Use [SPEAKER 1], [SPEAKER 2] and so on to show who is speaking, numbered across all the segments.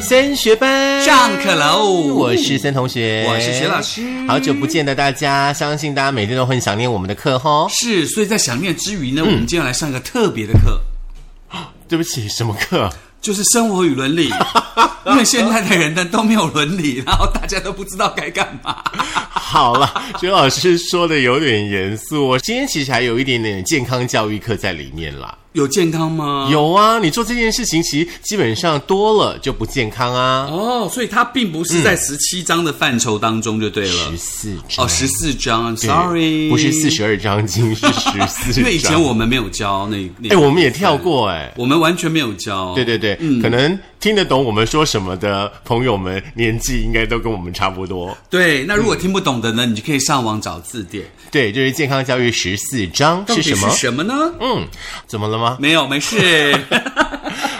[SPEAKER 1] 森学班
[SPEAKER 2] 上课喽！
[SPEAKER 1] 我是森同学，
[SPEAKER 2] 我是学老师，
[SPEAKER 1] 嗯好久不见的大家，相信大家每天都很想念我们的课哈。
[SPEAKER 2] 是，所以在想念之余
[SPEAKER 1] 嗯
[SPEAKER 2] 呢，我们今天要来上一个特别的课，
[SPEAKER 1] 对不起，什么课？
[SPEAKER 2] 就是生活 与伦理。因为现在的人呢都没有伦理，然后大家都不知道该干嘛。
[SPEAKER 1] 好了， 学老师说的有点严肃，我今天其实还有一点点健康教育课在里面啦。
[SPEAKER 2] 有健康吗？
[SPEAKER 1] 有啊，你做这件事情，其实基本上多了就不健康啊。
[SPEAKER 2] 哦，所以它并不是在十七章的范畴当中就对了
[SPEAKER 1] 十。四章
[SPEAKER 2] 哦，十四章
[SPEAKER 1] 对
[SPEAKER 2] ，sorry，
[SPEAKER 1] 不是四，十二章经，是十四章。
[SPEAKER 2] 因为以前我们没有教那那，
[SPEAKER 1] 哎、我们也跳过哎、
[SPEAKER 2] 我们完全没有教。
[SPEAKER 1] 对对对，
[SPEAKER 2] 嗯
[SPEAKER 1] 可能听得懂我们说什么的朋友们，年纪应该都跟我们差不多。
[SPEAKER 2] 对，那如果听不懂的呢，你就可以上网找字典。
[SPEAKER 1] 对，就是健康教育十四章
[SPEAKER 2] 到
[SPEAKER 1] 是
[SPEAKER 2] 底
[SPEAKER 1] 什
[SPEAKER 2] 是
[SPEAKER 1] 么？
[SPEAKER 2] 什么呢？
[SPEAKER 1] 嗯，怎么了吗？
[SPEAKER 2] 没有，没事。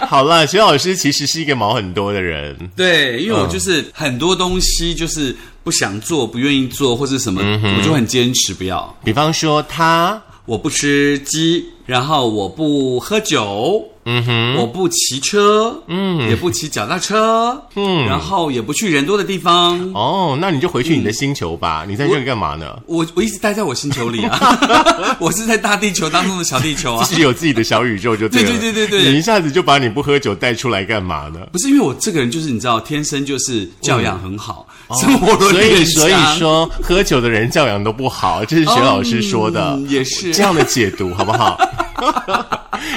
[SPEAKER 1] 好了，徐老师其实是一个毛很多的人。
[SPEAKER 2] 对，因为
[SPEAKER 1] 嗯
[SPEAKER 2] 我就是很多东西就是不想做、不愿意做或是什么，
[SPEAKER 1] 嗯
[SPEAKER 2] 我就很坚持不要。
[SPEAKER 1] 比方说他，
[SPEAKER 2] 我不吃鸡，然后我不喝酒，嗯哼，我不骑车，嗯，也不骑脚踏车，嗯，然后也不去人多的地方。
[SPEAKER 1] 哦，那你就回去你的星球
[SPEAKER 2] 嗯
[SPEAKER 1] 吧。你在这里干嘛呢？
[SPEAKER 2] 我我一直待在我星球里 啊， 我是在大地球当中的小地球啊
[SPEAKER 1] 自。己有自己的小宇宙就对了。
[SPEAKER 2] 对对对对对
[SPEAKER 1] 你一下子就把你不喝酒带出来干嘛呢？
[SPEAKER 2] 不是因为我这个人就是你知道，天生就是教养很好，生活
[SPEAKER 1] 所
[SPEAKER 2] 伦理
[SPEAKER 1] 以
[SPEAKER 2] 很
[SPEAKER 1] 哦所以
[SPEAKER 2] 强
[SPEAKER 1] 说，喝酒的人教养都不好，这是徐老师说的。
[SPEAKER 2] 嗯也是
[SPEAKER 1] 这样的解读，好不 好？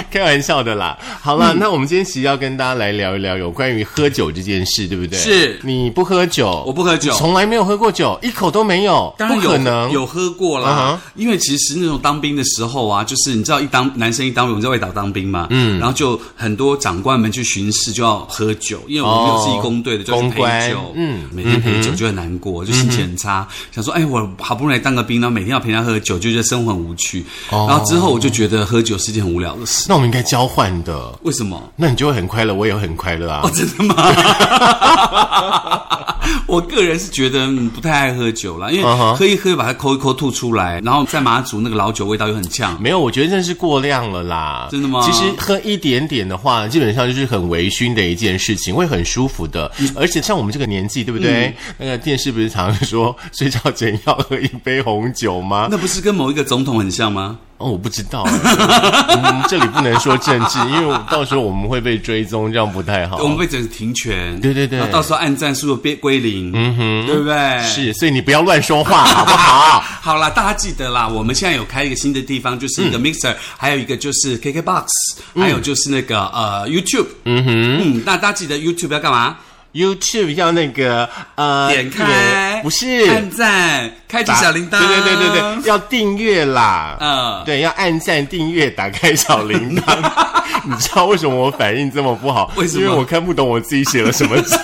[SPEAKER 1] 开玩笑的啦。好了，
[SPEAKER 2] 嗯
[SPEAKER 1] 那我们今天其实要跟大家来聊一聊有关于喝酒这件事，对不对？
[SPEAKER 2] 是
[SPEAKER 1] 你不喝酒，
[SPEAKER 2] 我不喝酒
[SPEAKER 1] 你从来没有喝过酒，一口都没有，
[SPEAKER 2] 当然
[SPEAKER 1] 不
[SPEAKER 2] 有
[SPEAKER 1] 可能。啊
[SPEAKER 2] 有喝过啦因为其实那种当兵的时候啊，就是你知道一当男生一当兵，我们在外岛当兵嘛，嗯，然后就很多长官们去巡视就要喝酒，因为我们
[SPEAKER 1] 哦
[SPEAKER 2] 又是一工队的，就是
[SPEAKER 1] 公
[SPEAKER 2] 陪
[SPEAKER 1] 关
[SPEAKER 2] 酒，
[SPEAKER 1] 嗯，
[SPEAKER 2] 每天陪酒就很难过，就心情很差，想说哎，我好不容易当个兵，然后每天要陪他喝酒，就觉得生活很无趣。
[SPEAKER 1] 哦
[SPEAKER 2] 然后之后我就觉得喝酒是件很无聊的事，
[SPEAKER 1] 那我们应该交换的，
[SPEAKER 2] 为什么？
[SPEAKER 1] 那你就会很快乐，我也会很快乐啊。
[SPEAKER 2] 哦，真的吗？ 我个人是觉得嗯不太爱喝酒啦，因
[SPEAKER 1] 嗯
[SPEAKER 2] 为
[SPEAKER 1] 哼
[SPEAKER 2] 喝一喝把它抠一抠吐出来，然后在马祖那个老酒味道又很呛。
[SPEAKER 1] 没有，我觉得真的是过量了啦。
[SPEAKER 2] 真的吗
[SPEAKER 1] 其实喝一点点的话，基本上就是很微醺的一件事情，会很舒服的。
[SPEAKER 2] 嗯
[SPEAKER 1] 而且像我们这个年纪，对不对？那个电视不是常说 睡觉前要喝一杯红酒吗？
[SPEAKER 2] 那不是跟某一个总统很像吗？
[SPEAKER 1] 哦，我不知道、嗯，这里不能说政治，因为到时候我们会被追踪，这样不太好
[SPEAKER 2] 我。们被整个停权，
[SPEAKER 1] 哦对对对
[SPEAKER 2] 然后到时候按战术又变归零，嗯哼，对不对？。
[SPEAKER 1] 是，所以你不要乱说话，好不好？
[SPEAKER 2] 好啦，大家记得啦，我们现在有开一个新的地方，就是一
[SPEAKER 1] 嗯
[SPEAKER 2] 个 mixer，、还有一个就是 KKBox，、还有就是那个呃 YouTube，嗯哼，嗯，那大家记得 YouTube 要干嘛？
[SPEAKER 1] YouTube 要那个呃
[SPEAKER 2] 点开，
[SPEAKER 1] 不是
[SPEAKER 2] 按赞，开启
[SPEAKER 1] 打
[SPEAKER 2] 小铃铛，
[SPEAKER 1] 对对对对对，要订阅啦。
[SPEAKER 2] 嗯
[SPEAKER 1] 对，要按赞、订阅、打开小铃铛。 你知道为什么我反应这么不好？
[SPEAKER 2] 为什么
[SPEAKER 1] 因为我看不懂我自己写了什么字、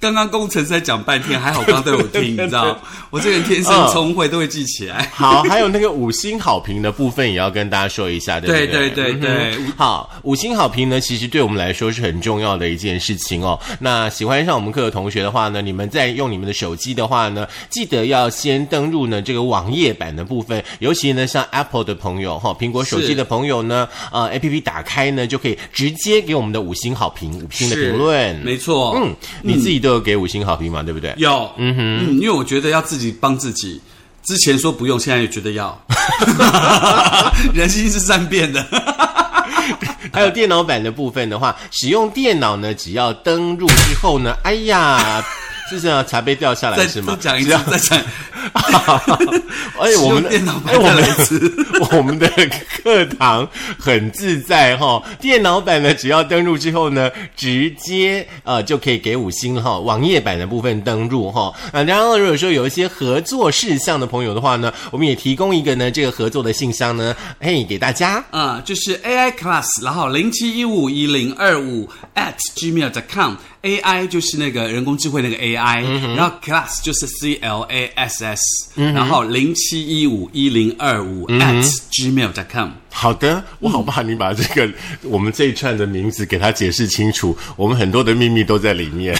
[SPEAKER 2] 刚刚工程师在讲半天，还好刚刚都有听，你知道， 我这个人天生聪慧，都会记起来。
[SPEAKER 1] 好，还有那个五星好评的部分也要跟大家说一下，对不
[SPEAKER 2] 对
[SPEAKER 1] 对？
[SPEAKER 2] 对对对
[SPEAKER 1] 嗯哼好，五星好评呢，其实对我们来说是很重要的一件事情哦。那喜欢上我们课的同学的话呢，你们在用你们的手机的话呢，记得要先登入呢这个网页版的部分，尤其呢像 Apple 的朋友哈、苹果手
[SPEAKER 2] 是
[SPEAKER 1] 机的朋友呢，呃，APP 打开呢就可以直接给我们的五星好评、五星的
[SPEAKER 2] 是
[SPEAKER 1] 评论。
[SPEAKER 2] 没错，
[SPEAKER 1] 嗯，你自己都有给五星好评嘛，对不对？
[SPEAKER 2] 有，嗯哼，因为我觉得要自己帮自己。之前说不用，现在也觉得 要，人心是善变的。
[SPEAKER 1] 还有电脑版的部分的话，使用电脑呢，只要登入之后呢，哎 呀，是这样，茶杯掉下
[SPEAKER 2] 再
[SPEAKER 1] 来是吗
[SPEAKER 2] 再？讲一次
[SPEAKER 1] 只要，
[SPEAKER 2] 再讲，
[SPEAKER 1] 哎，我们的
[SPEAKER 2] 使用电脑版
[SPEAKER 1] 哎，我
[SPEAKER 2] 再
[SPEAKER 1] 们
[SPEAKER 2] 来一次
[SPEAKER 1] 我们的课堂很自在哈、电脑版呢，只要登入之后呢，直接呃就可以给五星了哈、网页版的部分登入哈、啊，然后如果说有一些合作事项的朋友的话呢，我们也提供一个呢这个合作的信箱呢，嘿，给大家。
[SPEAKER 2] 啊、就是 AI class，然后零七一五一零二五 at gmail dot com。AI 就是那个人工智慧那个 AI，、然后
[SPEAKER 1] 嗯
[SPEAKER 2] class 就是 C L A S S，、然后零七一五一零二五
[SPEAKER 1] 嗯
[SPEAKER 2] at gmail dot com。
[SPEAKER 1] 好的，我好怕你把这个、我们这一串的名字给它解释清楚，我们很多的秘密都在里面。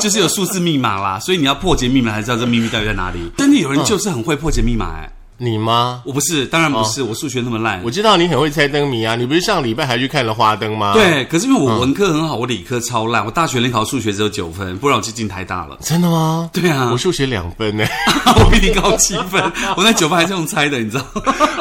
[SPEAKER 2] 就是
[SPEAKER 1] 嗯
[SPEAKER 2] 有数字密码啦，所以你要破解密码，才知道这秘密到底在哪里。真的有人就是很会破解密码哎、
[SPEAKER 1] 你吗？
[SPEAKER 2] 我不是，当然不是，我数学那么烂
[SPEAKER 1] 哦我。知道你很会猜灯谜啊，你不是上礼拜还去看了花灯吗？，
[SPEAKER 2] 对，可是因
[SPEAKER 1] 嗯
[SPEAKER 2] 为我文科很好，我理科超烂，我大学联考数学只有九分，不然我就进台大了。
[SPEAKER 1] 真的吗？
[SPEAKER 2] 对啊
[SPEAKER 1] 我，数学两分呢。
[SPEAKER 2] 我比你高七分，我那九分还是用猜的，你知道？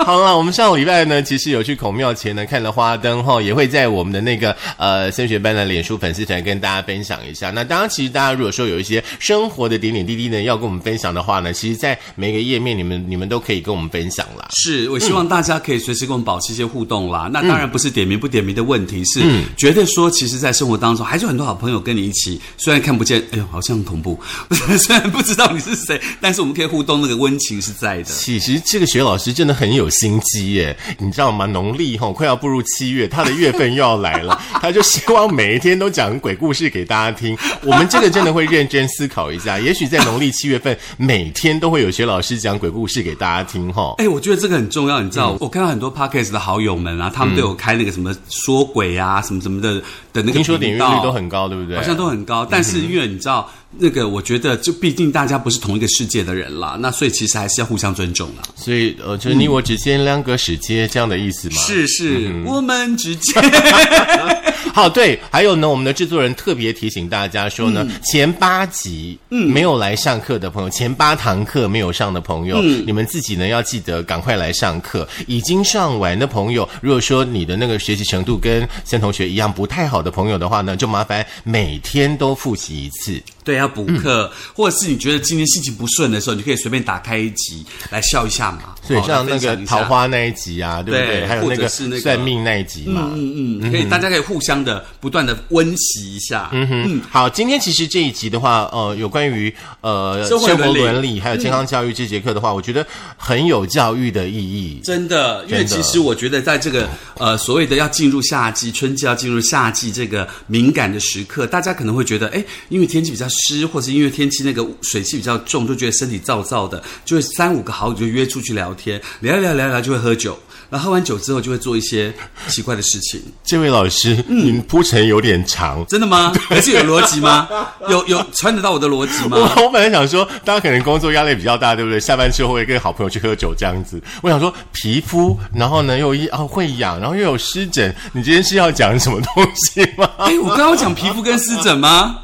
[SPEAKER 1] 好了，我们上礼拜呢，其实有去孔庙前呢看了花灯哈，也会在我们的那个呃升学班的脸书粉丝团跟大家分享一下。那当然，其实大家如果说有一些生活的点点滴滴呢，要跟我们分享的话呢，其实，在每个页面你们你们都可以跟我们分享啦。
[SPEAKER 2] 是，我希
[SPEAKER 1] 嗯
[SPEAKER 2] 望大家可以随时跟我们保持一些互动啦。那当然不是点名不点名的问题，是
[SPEAKER 1] 嗯
[SPEAKER 2] 觉得说，其实，在生活当中，还是有很多好朋友跟你一起，虽然看不见，哎呦，好像同步， 虽然不知道你是谁，但是我们可以互动，那个温情是在的。
[SPEAKER 1] 其实这个学老师真的很有心机耶，你知道吗？农历吼、快要步入七月，他的月份又要来了， 他就希望每一天都讲鬼故事给大家听。我们这个真的会认真思考一下，也许在农历七月份，每天都会有学老师讲鬼故事给大家听哈、
[SPEAKER 2] 哎、我觉得这个很重要，你知道，
[SPEAKER 1] 嗯
[SPEAKER 2] 我看到很多 podcast 的好友们啊，他们都有开那个什么说鬼啊，什么什么的的那个
[SPEAKER 1] 听说点阅
[SPEAKER 2] 频道
[SPEAKER 1] 率都很高，对不对？嗯
[SPEAKER 2] 好像都很高，但是因为你知道，那个我觉得，就毕竟大家不是同一个世界的人啦，那所以其实还是要互相尊重啦。
[SPEAKER 1] 所以
[SPEAKER 2] 嗯
[SPEAKER 1] 呃，就是你我只间两个世界这样的意思吗？
[SPEAKER 2] 是是，我们之间
[SPEAKER 1] 好，对，还有呢，我们的制作人特别提醒大家说呢，
[SPEAKER 2] 嗯
[SPEAKER 1] 前八集嗯没有来上课的朋友，前八堂课没有上的朋友，
[SPEAKER 2] 嗯
[SPEAKER 1] 你们自己呢要记得赶快来上课。已经上完的朋友，如果说你的那个学习程度跟森同学一样不太好的朋友的话呢，就麻烦每天都复习一次。
[SPEAKER 2] 对要补课，
[SPEAKER 1] 嗯
[SPEAKER 2] 或者是你觉得今天心情不顺的时候，你可以随便打开一集来笑一下嘛。
[SPEAKER 1] 所以
[SPEAKER 2] 好
[SPEAKER 1] 像那
[SPEAKER 2] 来啊分
[SPEAKER 1] 个
[SPEAKER 2] 享一下
[SPEAKER 1] 桃花那一集啊，对不对？
[SPEAKER 2] 对
[SPEAKER 1] 还有
[SPEAKER 2] 或
[SPEAKER 1] 那
[SPEAKER 2] 者
[SPEAKER 1] 个
[SPEAKER 2] 是那个
[SPEAKER 1] 算命那一集嘛，
[SPEAKER 2] 嗯嗯，可以，大家可以互相的不断的温习一下。嗯哼，
[SPEAKER 1] 嗯，好，今天其实这一集的话，呃，有关于呃
[SPEAKER 2] 生活伦理嗯
[SPEAKER 1] 理还有健康教育这节课的话，我觉得很有教育的意义。
[SPEAKER 2] 真的，因为
[SPEAKER 1] 真
[SPEAKER 2] 其
[SPEAKER 1] 的
[SPEAKER 2] 实我觉得，在这个呃所谓的要进入夏季、春季要进入夏季这个敏感的时刻，大家可能会觉得，哎，因为天气比较湿，或是因为天气那个水汽比较重，就觉得身体燥燥的，就会三五个好友就约出去聊天，聊一聊聊一聊就会喝酒，然后喝完酒之后就会做一些奇怪的事情，
[SPEAKER 1] 这位老师，
[SPEAKER 2] 嗯
[SPEAKER 1] 您铺陈有点长。
[SPEAKER 2] 真 的吗？可是有逻辑吗？有有传得到我的逻辑吗？
[SPEAKER 1] 我我本来想说，大家可能工作压力比较大，对不对？下班之后会跟好朋友去喝酒这样子。我想说，皮肤，然后呢又一啊会痒，然后又有湿疹，你今天是要讲什么东西吗？
[SPEAKER 2] 哎，我刚刚讲皮肤跟湿疹吗？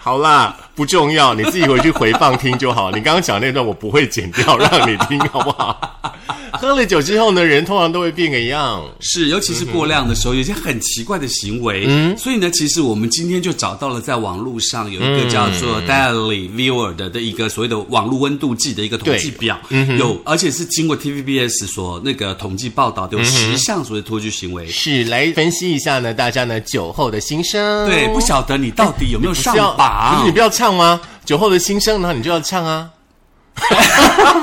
[SPEAKER 1] 好啦，不重要，你自己回去回放听就好。你刚刚讲那段我不会剪掉，让你听好不 好？喝了酒之后呢，人通常都会变个样。
[SPEAKER 2] 是，尤其是过量的时候，有一些很奇怪的行为。
[SPEAKER 1] 嗯
[SPEAKER 2] 所以呢，其实我们今天就找到了在网络上有一个叫做
[SPEAKER 1] 嗯
[SPEAKER 2] Daily Viewer 的的一个所谓的网络温度计的一个统计表，
[SPEAKER 1] 嗯
[SPEAKER 2] 有，而且是经过 TVBS 所那个统计报道的，
[SPEAKER 1] 嗯
[SPEAKER 2] 有十项所谓的脱序行为。
[SPEAKER 1] 是来分析一下呢，大家呢酒后的心声。
[SPEAKER 2] 对，不晓得你到底有没有上
[SPEAKER 1] 是要哎不是
[SPEAKER 2] 榜
[SPEAKER 1] 你？不要唱吗？酒后的心声，然后你就要唱啊。 酒小
[SPEAKER 2] 不是，我突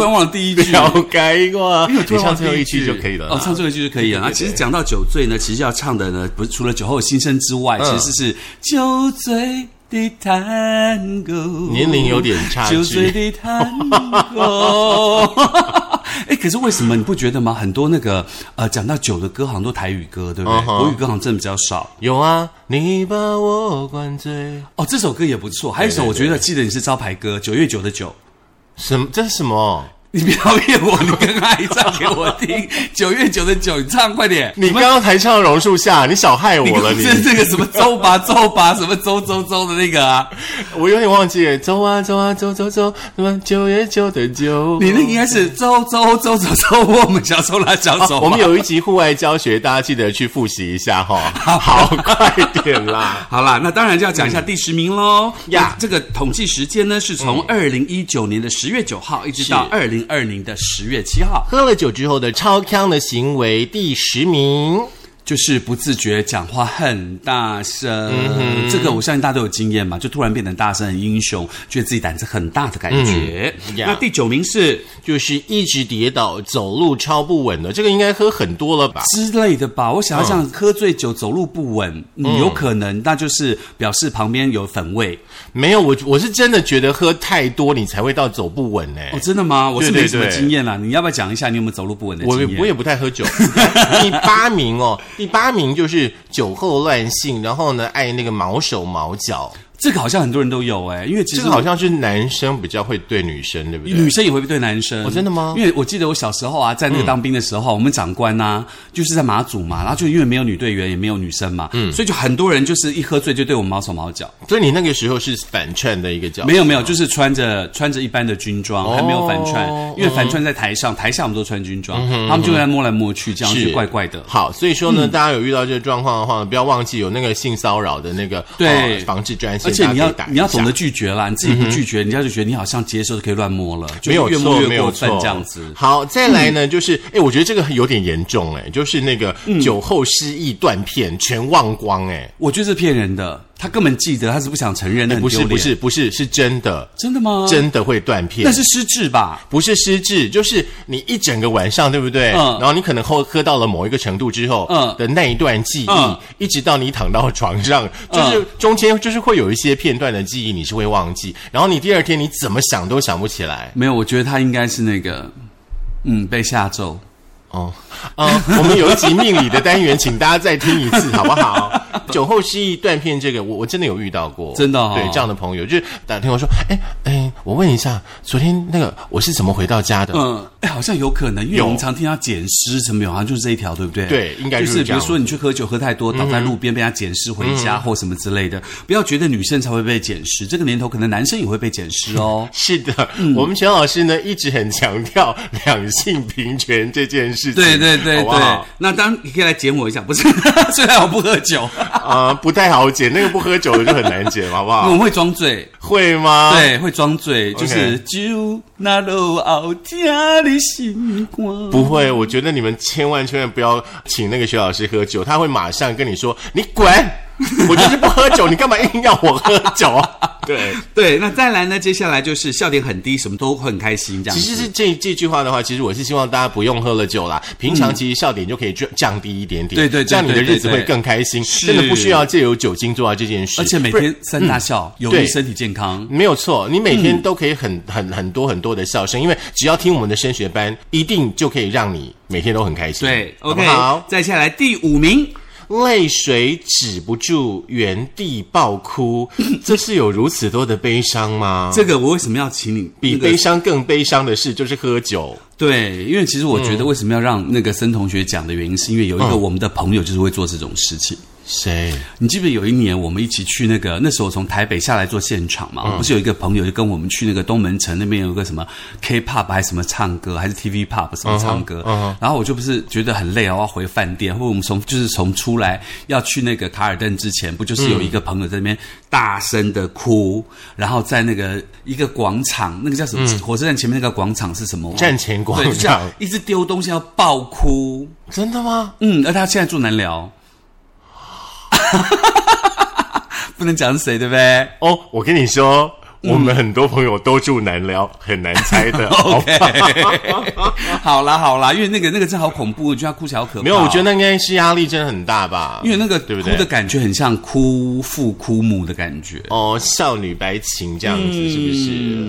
[SPEAKER 2] 然
[SPEAKER 1] 酒，
[SPEAKER 2] 忘了第一句。
[SPEAKER 1] 了解我，
[SPEAKER 2] 因为我突
[SPEAKER 1] 你
[SPEAKER 2] 然忘
[SPEAKER 1] 唱
[SPEAKER 2] 记
[SPEAKER 1] 最后一句就可以了啦。
[SPEAKER 2] 哦，唱最后一句就可以了。
[SPEAKER 1] 对对
[SPEAKER 2] 啊，其实讲到酒醉呢，其实要唱的呢，不是除了酒后心声之外，
[SPEAKER 1] 嗯
[SPEAKER 2] 其实是酒醉的探戈。
[SPEAKER 1] 年龄有点差距
[SPEAKER 2] 酒醉的探 戈。哎，可是为什么你不觉得吗？很多那个呃，讲到酒的歌，好像都台语歌，对不对？
[SPEAKER 1] 嗯哼
[SPEAKER 2] 国语歌好像真的比较少。
[SPEAKER 1] 有啊，你把我灌醉，
[SPEAKER 2] 哦，这首歌也不错。还有一首，我觉得记得你是招牌歌，九月九的九。
[SPEAKER 1] 什么？这是什么？
[SPEAKER 2] 你不要骗我，你刚刚还唱给我听，九月九的九，你唱快点。
[SPEAKER 1] 你刚刚才唱榕树下，你少害我了，你
[SPEAKER 2] 这这个什么周拔周拔什么周周周的那个啊，
[SPEAKER 1] 我有点忘记了。走啊走啊走走走，什么九月九的九。
[SPEAKER 2] 你那应该是周周周周周我们小手拉小手吧、
[SPEAKER 1] 我们有一集户外教学，大家记得去复习一下哈、 好，快点啦！
[SPEAKER 2] 好啦，那当然就要讲一下第十名喽。
[SPEAKER 1] 呀
[SPEAKER 2] 嗯呀、嗯这个统计时间呢是从二零一九年的十月九号一直到二零二零的十月七号，
[SPEAKER 1] 喝了酒之后的超康的行为第十名，
[SPEAKER 2] 就是不自觉讲话很大声。这个我相信大家都有经验嘛，就突然变得很大声、很英雄，觉得自己胆子很大的感觉。
[SPEAKER 1] 嗯呀
[SPEAKER 2] 那第九名是
[SPEAKER 1] 就是一直跌倒，走路超不稳的。这个应该喝很多了吧？
[SPEAKER 2] 之类的吧。我想要这
[SPEAKER 1] 嗯
[SPEAKER 2] 样，喝醉酒走路不稳，嗯有可能那就是表示旁边有粉味。
[SPEAKER 1] 没有，我我是真的觉得喝太多，你才会到走不稳欸呢、
[SPEAKER 2] 哦，真的吗？我是
[SPEAKER 1] 对对
[SPEAKER 2] 没什么
[SPEAKER 1] 对
[SPEAKER 2] 经验啦。你要不要讲一下你有没有走路不稳的
[SPEAKER 1] 我
[SPEAKER 2] 经验？
[SPEAKER 1] 我也不太喝酒。 第八名哦，第八名就是酒后乱性，然后呢爱那个毛手毛脚。
[SPEAKER 2] 这个好像很多人都有哎、因为其
[SPEAKER 1] 这
[SPEAKER 2] 实
[SPEAKER 1] 个好像是男生比较会对女生，对不对？
[SPEAKER 2] 女生也会对男生。
[SPEAKER 1] 哦真的吗嗯
[SPEAKER 2] 因为我记得我小时候啊，在那个当兵的时候，我们长官呐、就是在马祖嘛，然后就因为没有女队员，也没有女生嘛，
[SPEAKER 1] 嗯
[SPEAKER 2] 所以就很多人就是一喝醉就对我们毛手毛脚。
[SPEAKER 1] 所以你那个时候是反串的一个角色，
[SPEAKER 2] 没有没有，就是穿着穿着一般的军装，还没有反串
[SPEAKER 1] 哦，
[SPEAKER 2] 因为反串在台上，台下我们都穿军装，他们就在摸来摸去，这样
[SPEAKER 1] 是
[SPEAKER 2] 就怪怪的。
[SPEAKER 1] 好，所以说
[SPEAKER 2] 嗯
[SPEAKER 1] 呢，大家有遇到这个状况的话，不要忘记有那个性骚扰的那个
[SPEAKER 2] 对
[SPEAKER 1] 呃防治专线，
[SPEAKER 2] 而且你
[SPEAKER 1] 大
[SPEAKER 2] 要
[SPEAKER 1] 家可以打一
[SPEAKER 2] 你要
[SPEAKER 1] 下
[SPEAKER 2] 懂得拒绝啦，你自己不拒绝，人家就觉得你好像接受就可以乱摸了，就
[SPEAKER 1] 没
[SPEAKER 2] 是
[SPEAKER 1] 有
[SPEAKER 2] 越
[SPEAKER 1] 错
[SPEAKER 2] 摸，
[SPEAKER 1] 没
[SPEAKER 2] 越
[SPEAKER 1] 有
[SPEAKER 2] 过
[SPEAKER 1] 错
[SPEAKER 2] 分，这样子。嗯
[SPEAKER 1] 好，再来呢，就是哎，我觉得这个有点严重哎，就是那个酒后失忆断片，全忘光哎，
[SPEAKER 2] 我觉得是骗人的，他根本记得，他是不想承认，那很
[SPEAKER 1] 不是
[SPEAKER 2] 丢
[SPEAKER 1] 不
[SPEAKER 2] 脸
[SPEAKER 1] 是不是是真的，
[SPEAKER 2] 真的吗？
[SPEAKER 1] 真的会断片
[SPEAKER 2] 那。是失智吧？
[SPEAKER 1] 不是失智，就是你一整个晚上，对不对？
[SPEAKER 2] 嗯
[SPEAKER 1] 然后你可能喝喝到了某一个程度之后，
[SPEAKER 2] 嗯
[SPEAKER 1] 的那一段记忆，
[SPEAKER 2] 嗯
[SPEAKER 1] 一直到你躺到床上，就是中间就是会有一些片段的记忆，你是会忘记。然后你第二天你怎么想都想不起 来。
[SPEAKER 2] 没有，我觉得他应该是那个，嗯，被下咒。
[SPEAKER 1] 哦，啊、我们有一集命理的单元，请大家再听一次，好不好？酒后失忆断片，这个我我真的有遇到过，
[SPEAKER 2] 真的哦
[SPEAKER 1] 对这样的朋友，就是打电话说，哎哎，我问一下，昨天那个我是怎么回到家的？
[SPEAKER 2] 嗯，哎，好像有可能，因为
[SPEAKER 1] 有
[SPEAKER 2] 我们常听到捡尸什么有，好啊像就是这一条，对不对？
[SPEAKER 1] 对应该
[SPEAKER 2] 就
[SPEAKER 1] 就是
[SPEAKER 2] 是
[SPEAKER 1] 这
[SPEAKER 2] 比
[SPEAKER 1] 样。
[SPEAKER 2] 如说你去喝酒喝太多，倒在路边被人家捡尸回家或什么之类的，不要觉得女生才会被捡尸，这个年头可能男生也会被捡尸哦
[SPEAKER 1] 是的，我们陈老师呢一直很强调两性平权这件事情，
[SPEAKER 2] 对对对
[SPEAKER 1] 好不
[SPEAKER 2] 对
[SPEAKER 1] 好，
[SPEAKER 2] 那当然你可以来捡我一下，不是？ 虽然我不喝酒，
[SPEAKER 1] 啊、不太好解，那个不喝酒的就很难解，好不
[SPEAKER 2] 我
[SPEAKER 1] 好？
[SPEAKER 2] 们会装醉。
[SPEAKER 1] 会吗？。
[SPEAKER 2] 嗯对，会装醉，就
[SPEAKER 1] OK
[SPEAKER 2] 是酒那落后家里心肝。
[SPEAKER 1] 不会，我觉得你们千万千万不要请那个徐老师喝酒，他会马上跟你说：“你 滚！我就是不喝酒，你干嘛硬要我喝酒？” 对，
[SPEAKER 2] 对，那再来呢？接下来就是笑点很低，什么都会很开心这样
[SPEAKER 1] 其
[SPEAKER 2] 子。
[SPEAKER 1] 实是这这句话的话，其实我是希望大家不用喝了酒啦，平常其实笑点就可以降降低一点点，
[SPEAKER 2] 嗯对对对
[SPEAKER 1] 这样你的
[SPEAKER 2] 对对
[SPEAKER 1] 日子
[SPEAKER 2] 对
[SPEAKER 1] 会更开心，
[SPEAKER 2] 是
[SPEAKER 1] 真的不需要借由酒精做到这件事，
[SPEAKER 2] 而且每
[SPEAKER 1] 不然
[SPEAKER 2] 天三大笑，有
[SPEAKER 1] 对
[SPEAKER 2] 益身体健康。
[SPEAKER 1] 没有错，你每
[SPEAKER 2] 嗯
[SPEAKER 1] 天都可以很、很很多很多的笑声，因为只要听我们的升学班，一定就可以让你每天都很开心。
[SPEAKER 2] 对
[SPEAKER 1] 好不
[SPEAKER 2] ，OK，
[SPEAKER 1] 好，
[SPEAKER 2] 再下来第五名，
[SPEAKER 1] 泪水止不住，原地爆 哭，这是有如此多的悲伤吗？
[SPEAKER 2] 这个我为什么要请你
[SPEAKER 1] 比
[SPEAKER 2] 那个
[SPEAKER 1] 悲伤更悲伤的事就是喝酒。
[SPEAKER 2] 对，因为其实我觉得
[SPEAKER 1] 嗯
[SPEAKER 2] 为什么要让那个森同学讲的原因，是因为有一个我们的朋友就是会做这种事情。
[SPEAKER 1] 谁？
[SPEAKER 2] 你记不记得有一年我们一起去那个，那时候我从台北下来做现场嘛，不是有一个朋友就跟我们去那个东门城那边有个什么 K-pop 还是什么唱歌，还是 TV pop 什么唱歌，然后我就不是觉得很累啊，我要回饭店，或者我们从就是从出来要去那个卡尔顿之前，不就是有一个朋友在那边大声的哭，然后在那个一个广场，那个叫什么、火车站前面那个广场是什么？
[SPEAKER 1] 站前广
[SPEAKER 2] 对，就这样
[SPEAKER 1] 场
[SPEAKER 2] 一直丢东西要爆哭，
[SPEAKER 1] 真的吗？
[SPEAKER 2] 嗯，而他现在住南寮， 不能讲是谁，对不对？
[SPEAKER 1] 哦，我跟你说。
[SPEAKER 2] 嗯
[SPEAKER 1] 我们很多朋友都住南寮，很难猜 的。好吧
[SPEAKER 2] 好啦好啦，因为那个那个真的好恐怖，我觉得他哭起来好可怕。
[SPEAKER 1] 没有，我觉得
[SPEAKER 2] 得。
[SPEAKER 1] 那应该是压力真的很大吧。
[SPEAKER 2] 因为那个
[SPEAKER 1] 对
[SPEAKER 2] 哭
[SPEAKER 1] 不对
[SPEAKER 2] 的感觉很像哭父哭母的感觉，
[SPEAKER 1] 哦，少女白情这样子、
[SPEAKER 2] 嗯
[SPEAKER 1] 是不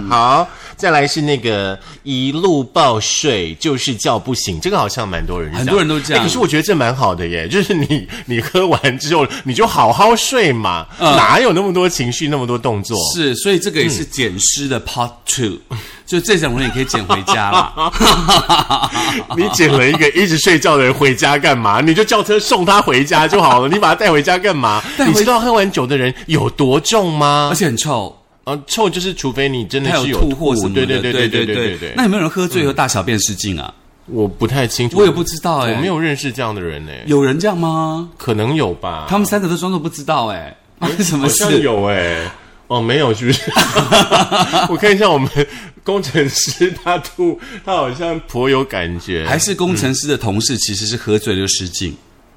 [SPEAKER 1] 是？好，再来是那个一路暴睡，就是叫不醒，这个好像蛮多人这样，
[SPEAKER 2] 很多人都这样
[SPEAKER 1] 哎可是我觉得这蛮好的耶， 就是你你喝完之后，你就好好睡嘛，
[SPEAKER 2] 嗯
[SPEAKER 1] 哪有那么多情绪，那么多动作？
[SPEAKER 2] 是，所以这个也
[SPEAKER 1] 嗯
[SPEAKER 2] 是捡尸的 Part Two，就这种人也可以捡回 家啦。
[SPEAKER 1] 你捡了一个一直睡觉的人回家干嘛？ 你就叫车送他回家就好了，你把他带回家干嘛？
[SPEAKER 2] 带
[SPEAKER 1] 你
[SPEAKER 2] 回
[SPEAKER 1] 知道喝完酒的人有多重吗
[SPEAKER 2] 而？且很臭，
[SPEAKER 1] 啊，臭就是除非你真的
[SPEAKER 2] 呃他
[SPEAKER 1] 是
[SPEAKER 2] 有
[SPEAKER 1] 有
[SPEAKER 2] 吐或什么的，
[SPEAKER 1] 对对对对对对对对。
[SPEAKER 2] 那有没有人喝醉以后大小便失禁啊？
[SPEAKER 1] 我不太清楚，
[SPEAKER 2] 我也不知道哎
[SPEAKER 1] 哦我没有认识这样的人呢、
[SPEAKER 2] 有人这样吗？
[SPEAKER 1] 可能有吧，
[SPEAKER 2] 他们三个都装作不知道哎、发生 什么
[SPEAKER 1] 好
[SPEAKER 2] 事？
[SPEAKER 1] 像有哎、哦，没有，是不 是？我看一下我们工程师他吐，他好像颇有感觉，
[SPEAKER 2] 还是工程师的同事其实是喝醉就失禁。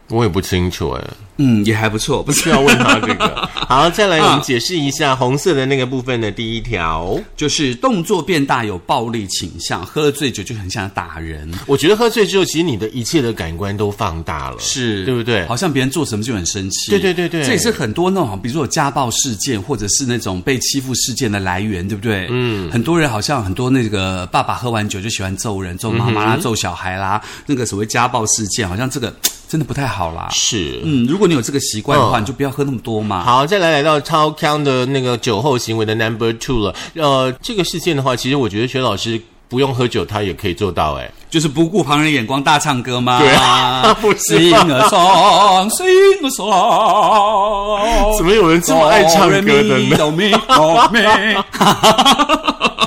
[SPEAKER 1] 我也不清楚哎、
[SPEAKER 2] 嗯，也还不错，不
[SPEAKER 1] 需
[SPEAKER 2] 是
[SPEAKER 1] 要问他这 个。好，再来我们解释一
[SPEAKER 2] 啊
[SPEAKER 1] 下红色的那个部分的第一条。
[SPEAKER 2] 就是动作变大，有暴力倾向，喝了醉酒就很想打人，
[SPEAKER 1] 我觉得喝醉之后，其实你的一切的感官都放大了，
[SPEAKER 2] 是
[SPEAKER 1] 对不对？
[SPEAKER 2] 好像别人做什么就很生气，
[SPEAKER 1] 对对对对
[SPEAKER 2] 这也是很多那种，比如说有家暴事件，或者是那种被欺负事件的来源，对不对？嗯，很多人好像很多那个嗯爸爸喝完酒就喜欢揍人，揍妈妈啦，揍小孩啦，那个所谓家暴事件，好像这个。真的不太好啦。
[SPEAKER 1] 是。
[SPEAKER 2] 嗯，如果你有这个习惯的话，你就不要喝那么多嘛。
[SPEAKER 1] 好，再来来到超康的那个酒后行为的 number two 了。呃，这个事件的话，其实我觉得薛老师不用喝酒，他也可以做到、哎，
[SPEAKER 2] 就是不顾旁人眼光大唱歌嘛。
[SPEAKER 1] 对 啊不是吧
[SPEAKER 2] Sing a song, sing a song。
[SPEAKER 1] 怎么有人这么爱唱歌的呢？
[SPEAKER 2] Do, re, mi, do, mi, do, mi
[SPEAKER 1] 哦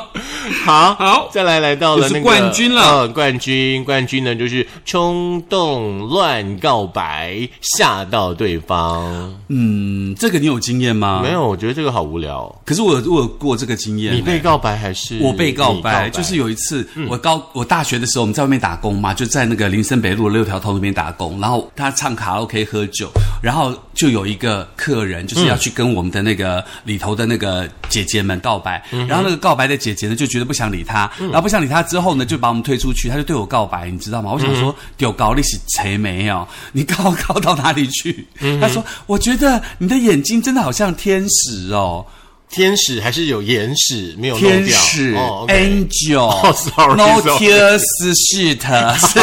[SPEAKER 1] 好，
[SPEAKER 2] 好
[SPEAKER 1] 再来来到了那个
[SPEAKER 2] 就是冠军了
[SPEAKER 1] 呃，冠军，冠军呢就是冲动乱告白，吓到对方。
[SPEAKER 2] 嗯，这个你有经验吗？
[SPEAKER 1] 没。有，我觉得这个好无聊。
[SPEAKER 2] 可是我有我有过这个经验。
[SPEAKER 1] 你被告白还是
[SPEAKER 2] 我被告
[SPEAKER 1] 你
[SPEAKER 2] 白，嗯就是有一次，我高我大学的时候，我们在外面打工嘛，就在那个林森北路六条通那边打工。然后他唱卡拉 OK 喝酒，然后就有一个客人就是要去跟我们的那个里头的那个姐姐们告白，然后那个告白的姐姐呢就觉得不想理他，然后不想理他之后呢就把我们推出去，他就对我告白，你知道吗？我想说丢高利息谁没有？ 你告告到哪里去？他说我觉得你的眼睛真的好像天使哦。
[SPEAKER 1] 天使还是有眼屎没有弄掉
[SPEAKER 2] 天使、
[SPEAKER 1] 哦，OK
[SPEAKER 2] a n g e l
[SPEAKER 1] 哦，sorry，
[SPEAKER 2] no
[SPEAKER 1] sorry
[SPEAKER 2] tears shit 是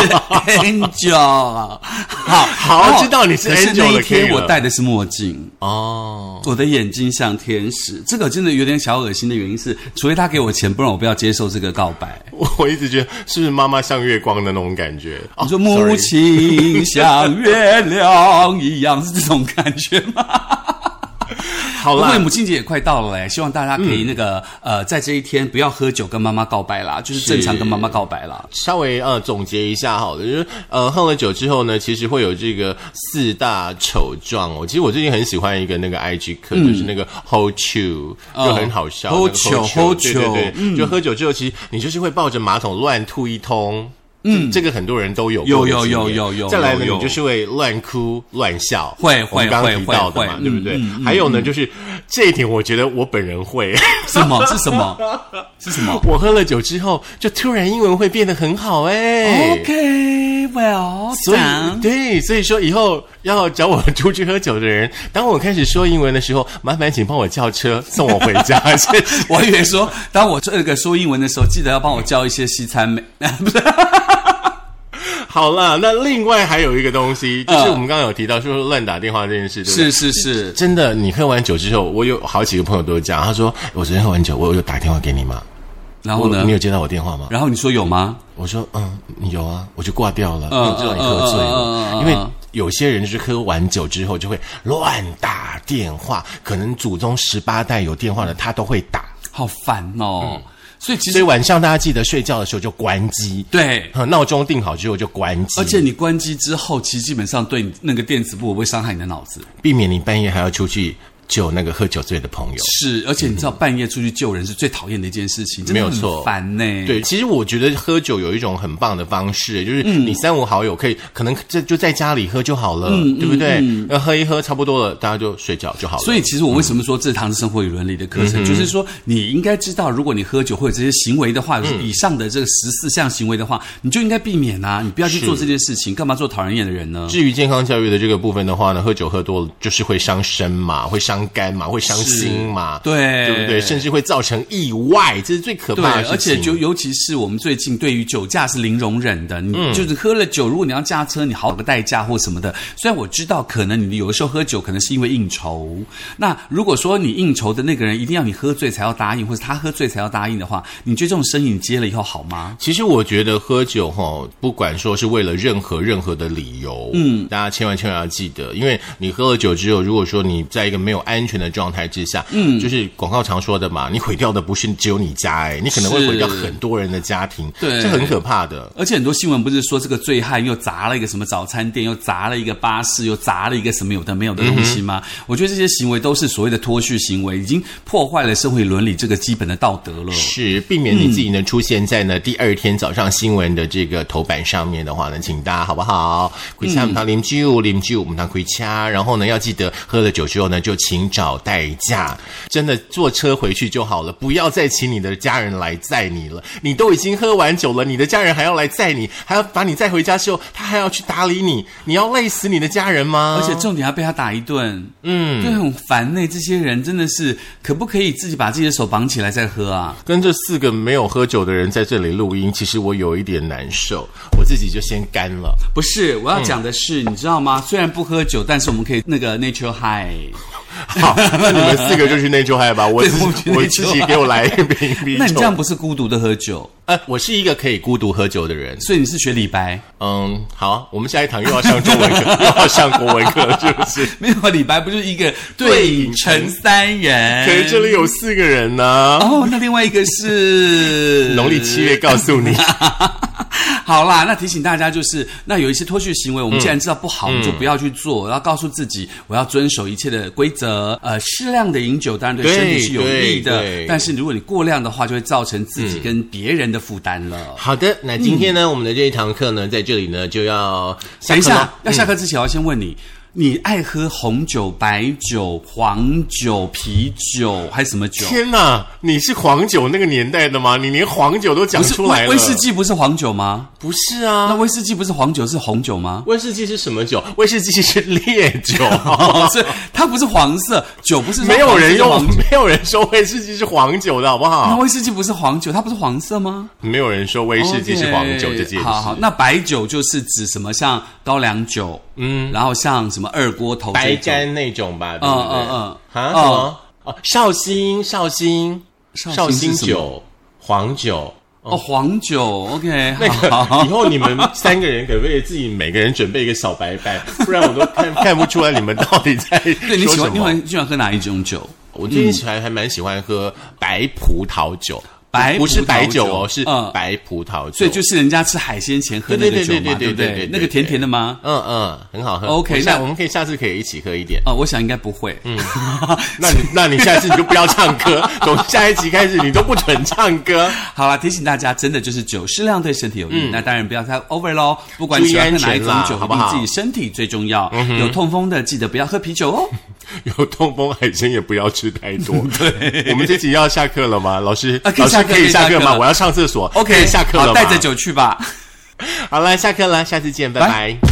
[SPEAKER 2] angel，好，
[SPEAKER 1] 好
[SPEAKER 2] 然后
[SPEAKER 1] 知道你是
[SPEAKER 2] 可
[SPEAKER 1] angel
[SPEAKER 2] 那一
[SPEAKER 1] 了可以
[SPEAKER 2] 天我
[SPEAKER 1] 了
[SPEAKER 2] 戴的是墨镜，
[SPEAKER 1] 哦，
[SPEAKER 2] 我的眼睛像天使，这个真的有点小恶心的原因是，除非他给我钱，不然我不要接受这个告白。
[SPEAKER 1] 我我一直觉得是不是妈妈像月光的那种感觉？哦
[SPEAKER 2] 你说母
[SPEAKER 1] sorry
[SPEAKER 2] 亲像月亮一样，是这种感觉吗？
[SPEAKER 1] 好
[SPEAKER 2] 不
[SPEAKER 1] 啦嗯
[SPEAKER 2] 过，母亲节也快到了哎，希望大家可以那个、呃，在这一天不要喝酒跟妈妈告白啦，就是正常跟妈妈告白啦。
[SPEAKER 1] 稍微呃总结一下好了，就是呃喝了酒之后呢，其实会有这个四大丑状哦。其实我最近很喜欢一个那个 IG 课，
[SPEAKER 2] 嗯
[SPEAKER 1] 就是那个 Hold Chew，就很好笑。
[SPEAKER 2] Hold
[SPEAKER 1] 那个
[SPEAKER 2] Chew，Hold
[SPEAKER 1] 对对对
[SPEAKER 2] 哦 Chew，嗯
[SPEAKER 1] 就喝酒之后，其实你就是会抱着马桶乱吐一通。嗯，这个很多人都有过的
[SPEAKER 2] 有有
[SPEAKER 1] 经验
[SPEAKER 2] 有有有
[SPEAKER 1] 再来呢，
[SPEAKER 2] 有有
[SPEAKER 1] 你就是会乱哭乱笑，
[SPEAKER 2] 会
[SPEAKER 1] 我们
[SPEAKER 2] 会
[SPEAKER 1] 刚刚
[SPEAKER 2] 会
[SPEAKER 1] 提到的
[SPEAKER 2] 会
[SPEAKER 1] 嘛，
[SPEAKER 2] 会嗯
[SPEAKER 1] 对不对？还有呢，就是这一点，我觉得我本人会。
[SPEAKER 2] 什么？是什么？是什么
[SPEAKER 1] 我喝了酒之后，就突然英文会变得很好哎。
[SPEAKER 2] 哦？OK，Well，、
[SPEAKER 1] 所以对，所以说以后要找我出去喝酒的人，当我开始说英文的时候，麻烦请帮我叫车送我回 家。谢谢。
[SPEAKER 2] 我以为说，当我这个说英文的时候，记得要帮我叫一些西餐美，不是
[SPEAKER 1] 好啦，那另外还有一个东西，就是
[SPEAKER 2] 嗯
[SPEAKER 1] 我们刚刚有提到说乱打电话这件事，对不对？
[SPEAKER 2] 是是是，
[SPEAKER 1] 真的，你喝完酒之后，我有好几个朋友都这样，他说我昨天喝完酒，我有打电话给你吗？
[SPEAKER 2] 然后呢
[SPEAKER 1] 你？有接到我电话吗？
[SPEAKER 2] 然后你说有吗？
[SPEAKER 1] 我说嗯，有啊，我就挂掉了，
[SPEAKER 2] 嗯
[SPEAKER 1] 我知道你喝醉
[SPEAKER 2] 嗯嗯嗯嗯
[SPEAKER 1] 了，
[SPEAKER 2] 嗯
[SPEAKER 1] 因为。有些人就是喝完酒之后就会乱打电话，可能祖宗十八代有电话的他都会打，
[SPEAKER 2] 好烦哦！所以
[SPEAKER 1] 嗯
[SPEAKER 2] 其
[SPEAKER 1] 所以
[SPEAKER 2] 实
[SPEAKER 1] 晚上大家记得睡觉的时候就关机，
[SPEAKER 2] 对，
[SPEAKER 1] 呃闹钟定好之后就关机，
[SPEAKER 2] 而且你关机之后，其实基本上对你那个电子部会伤害你的脑子。
[SPEAKER 1] 避免你半夜还要出去救那个喝酒醉的朋友。
[SPEAKER 2] 是，而且你知道半夜出去救人是最讨厌的一件事情，真
[SPEAKER 1] 没
[SPEAKER 2] 的
[SPEAKER 1] 有
[SPEAKER 2] 很
[SPEAKER 1] 错
[SPEAKER 2] 烦呢、
[SPEAKER 1] 对，其实我觉得喝酒有一种很棒的方式，就是
[SPEAKER 2] 嗯
[SPEAKER 1] 你三五好友可以，可能这就在家里喝就好了，
[SPEAKER 2] 嗯
[SPEAKER 1] 对不对？那、喝一喝差不多了，大家就睡觉就好了。
[SPEAKER 2] 所以，其实我为什么说这堂是生活与伦理的课
[SPEAKER 1] 嗯
[SPEAKER 2] 程，就是说你应该知道，如果你喝酒或者这些行为的话，
[SPEAKER 1] 嗯
[SPEAKER 2] 以上的这个十四项行为的话，你就应该避免啊，你不要去做这件事情，干嘛做讨人厌的人呢？
[SPEAKER 1] 至于健康教育的这个部分的话呢，喝酒喝多了就是会伤身嘛，会伤肝嘛，会伤心嘛，
[SPEAKER 2] 对
[SPEAKER 1] 对不对？甚至会造成意外，这是最可
[SPEAKER 2] 对，
[SPEAKER 1] 怕的事情。
[SPEAKER 2] 而且就尤其是我们最近对于酒驾是零容忍的，你
[SPEAKER 1] 嗯
[SPEAKER 2] 就是喝了酒，如果你要驾车，你好个代驾或什么的。虽然我知道，可能你有的时候喝酒可能是因为应酬，那如果说你应酬的那个人一定要你喝醉才要答应，或者他喝醉才要答应的话，你觉得这种生意你接了以后好吗？
[SPEAKER 1] 其实我觉得喝酒哈，不管说是为了任何任何的理由，嗯，大家千万千万要记得，因为你喝了酒之后，如果说你在一个没有安全的状态之下，嗯，就是广告常说的嘛，你毁掉的不是只有你家、哎，你可能会
[SPEAKER 2] 是
[SPEAKER 1] 毁掉很多人的家庭，
[SPEAKER 2] 对
[SPEAKER 1] 这很可怕的。
[SPEAKER 2] 而且很多新闻不是说这个醉汉又砸了一个什么早餐店，又砸了一个巴士，又砸了一个什么有的没有的东西吗？我觉得这些行为都是所谓的脱序行为，已经破坏了社会伦理这个基本的道德了。
[SPEAKER 1] 是避免你自己呢出现在呢第二天早上新闻的这个头版上面的话呢，请大家好不好？回家我们当邻居，邻居我们当回家。然后呢，要记得喝了酒之后呢，就勤寻找代驾。 真的坐车回去就好了，不要再请你的家人来载你了。你都已经喝完酒了，你的家人还要来载你，还要把你载回家之后，他还要去打理你，你要累死你的家人吗？
[SPEAKER 2] 而且重点还被他打一顿，嗯，对，很烦呢、这些人真的是，可不可以自己把自己的手绑起来再喝啊？
[SPEAKER 1] 跟这四个没有喝酒的人在这里录音，其实我有一点难受，我自己就先干了。
[SPEAKER 2] 不是，我要讲的是，你知道吗？虽然不喝酒，但是我们可以那个 nature high。
[SPEAKER 1] 好，那你们四个就去内疚害吧，我
[SPEAKER 2] 对
[SPEAKER 1] 自
[SPEAKER 2] 我们去
[SPEAKER 1] 己
[SPEAKER 2] 内
[SPEAKER 1] 我
[SPEAKER 2] 疚
[SPEAKER 1] 自己给我来一瓶啤
[SPEAKER 2] 那你这
[SPEAKER 1] 酒。
[SPEAKER 2] 样不是孤独的喝酒，
[SPEAKER 1] 呃，我是一个可以孤独喝酒的人。
[SPEAKER 2] 所以你是学李白？
[SPEAKER 1] 嗯，好，我们下一堂又要上中文课，又要上国文课，是不是？
[SPEAKER 2] 没有，李白不就是一个
[SPEAKER 1] 对
[SPEAKER 2] 对
[SPEAKER 1] 影
[SPEAKER 2] 影
[SPEAKER 1] 成
[SPEAKER 2] 成三人？
[SPEAKER 1] 可是哎这里有四个人呢、
[SPEAKER 2] 哦，那另外一个是
[SPEAKER 1] 农历七月告诉你，
[SPEAKER 2] 好啦，那提醒大家就是，那有一些脱序行为，我们既然知道
[SPEAKER 1] 嗯
[SPEAKER 2] 不好，我们就不要去做。我要告诉自己，我要遵守一切的规则。呃，适量的饮酒当然对
[SPEAKER 1] 对
[SPEAKER 2] 身体是有利
[SPEAKER 1] 对
[SPEAKER 2] 的
[SPEAKER 1] 对，
[SPEAKER 2] 但是如果你过量的话，就会造成自己跟别人的负担了。
[SPEAKER 1] 好的，那今天呢，我们的这一堂课呢，在这里呢就要
[SPEAKER 2] 等一
[SPEAKER 1] 课嗯
[SPEAKER 2] 下
[SPEAKER 1] 咯，
[SPEAKER 2] 要下课之前，我要先问你。你爱喝红酒、白酒、黄酒、啤酒还是什么酒？
[SPEAKER 1] 天哪，你是黄酒那个年代的吗？你连黄酒都讲
[SPEAKER 2] 不是
[SPEAKER 1] 出来
[SPEAKER 2] 威
[SPEAKER 1] 了？
[SPEAKER 2] 威士？忌不是黄酒吗？
[SPEAKER 1] 不是
[SPEAKER 2] 那
[SPEAKER 1] 啊，
[SPEAKER 2] 威士忌不是黄酒是红 酒吗？
[SPEAKER 1] 威士忌是什么酒？威士忌是烈 酒。
[SPEAKER 2] 哦， 所以它不是黄色酒，不是 说
[SPEAKER 1] 没有
[SPEAKER 2] 黄色
[SPEAKER 1] 人
[SPEAKER 2] 是
[SPEAKER 1] 用
[SPEAKER 2] 黄，
[SPEAKER 1] 没有人说威士忌是黄酒的好不
[SPEAKER 2] 那
[SPEAKER 1] 好？
[SPEAKER 2] 威士忌不是黄酒，它不是黄色吗？哦
[SPEAKER 1] 没有人说威士忌是黄酒这件
[SPEAKER 2] OK，
[SPEAKER 1] 事。
[SPEAKER 2] 好好，那白酒就是指什么？像高粱酒，嗯，然后像什么二锅头这
[SPEAKER 1] 白
[SPEAKER 2] 种，
[SPEAKER 1] 干那种吧，对
[SPEAKER 2] 嗯
[SPEAKER 1] 不对？
[SPEAKER 2] 嗯嗯
[SPEAKER 1] 啊，
[SPEAKER 2] 嗯
[SPEAKER 1] 什么？哦，绍兴，绍兴，
[SPEAKER 2] 绍兴
[SPEAKER 1] 绍兴
[SPEAKER 2] 是什么
[SPEAKER 1] 酒，黄酒。
[SPEAKER 2] 哦，黄酒，OK，
[SPEAKER 1] 那
[SPEAKER 2] 好好
[SPEAKER 1] 个以后你们三个人可不可以自己每个人准备一个小白板，不然我都看 看不出来你们到底在
[SPEAKER 2] 对你
[SPEAKER 1] 说
[SPEAKER 2] 喜
[SPEAKER 1] 什
[SPEAKER 2] 欢，你喜
[SPEAKER 1] 么。嗯
[SPEAKER 2] 欢喜欢喝哪一种酒？
[SPEAKER 1] 我最近喜欢还蛮喜欢喝白葡萄酒，
[SPEAKER 2] 白
[SPEAKER 1] 不是
[SPEAKER 2] 葡萄
[SPEAKER 1] 白酒
[SPEAKER 2] 酒
[SPEAKER 1] 哦，是
[SPEAKER 2] 嗯
[SPEAKER 1] 白葡萄酒。
[SPEAKER 2] 所以就是人家吃海鲜前喝那个酒
[SPEAKER 1] 对对
[SPEAKER 2] 嘛，对
[SPEAKER 1] 对对对
[SPEAKER 2] 不
[SPEAKER 1] 对对
[SPEAKER 2] 对？那个甜甜的吗？
[SPEAKER 1] 嗯嗯，很好喝。
[SPEAKER 2] OK，
[SPEAKER 1] 我下
[SPEAKER 2] 那
[SPEAKER 1] 我们可以下次可以一起喝一点。
[SPEAKER 2] 哦，我想应该不会。 嗯，
[SPEAKER 1] 那你 那你下次你就不要唱歌，从下一集开始你都不准唱歌。
[SPEAKER 2] 好啦，提醒大家，真的就是酒适量对身体有益，那当然不要太 over 咯。不管
[SPEAKER 1] 嗯注意
[SPEAKER 2] 喜欢喝
[SPEAKER 1] 安
[SPEAKER 2] 哪一
[SPEAKER 1] 全
[SPEAKER 2] 种
[SPEAKER 1] 啦
[SPEAKER 2] 酒，
[SPEAKER 1] 好不好嗯
[SPEAKER 2] 一定自己身体最重要。有痛风的记得不要喝啤酒哦。
[SPEAKER 1] 有痛风海鲜也不要吃太 多。对，我们这集要下课了吗？老师，
[SPEAKER 2] 啊可以
[SPEAKER 1] 老师
[SPEAKER 2] 下课
[SPEAKER 1] 可以下
[SPEAKER 2] 可以下课
[SPEAKER 1] 吗？
[SPEAKER 2] 了
[SPEAKER 1] 我要上厕所。可
[SPEAKER 2] OK，
[SPEAKER 1] 以下课了吗？
[SPEAKER 2] 好，带着酒去吧。
[SPEAKER 1] 好了，下课了，下次见，拜
[SPEAKER 2] 拜
[SPEAKER 1] 拜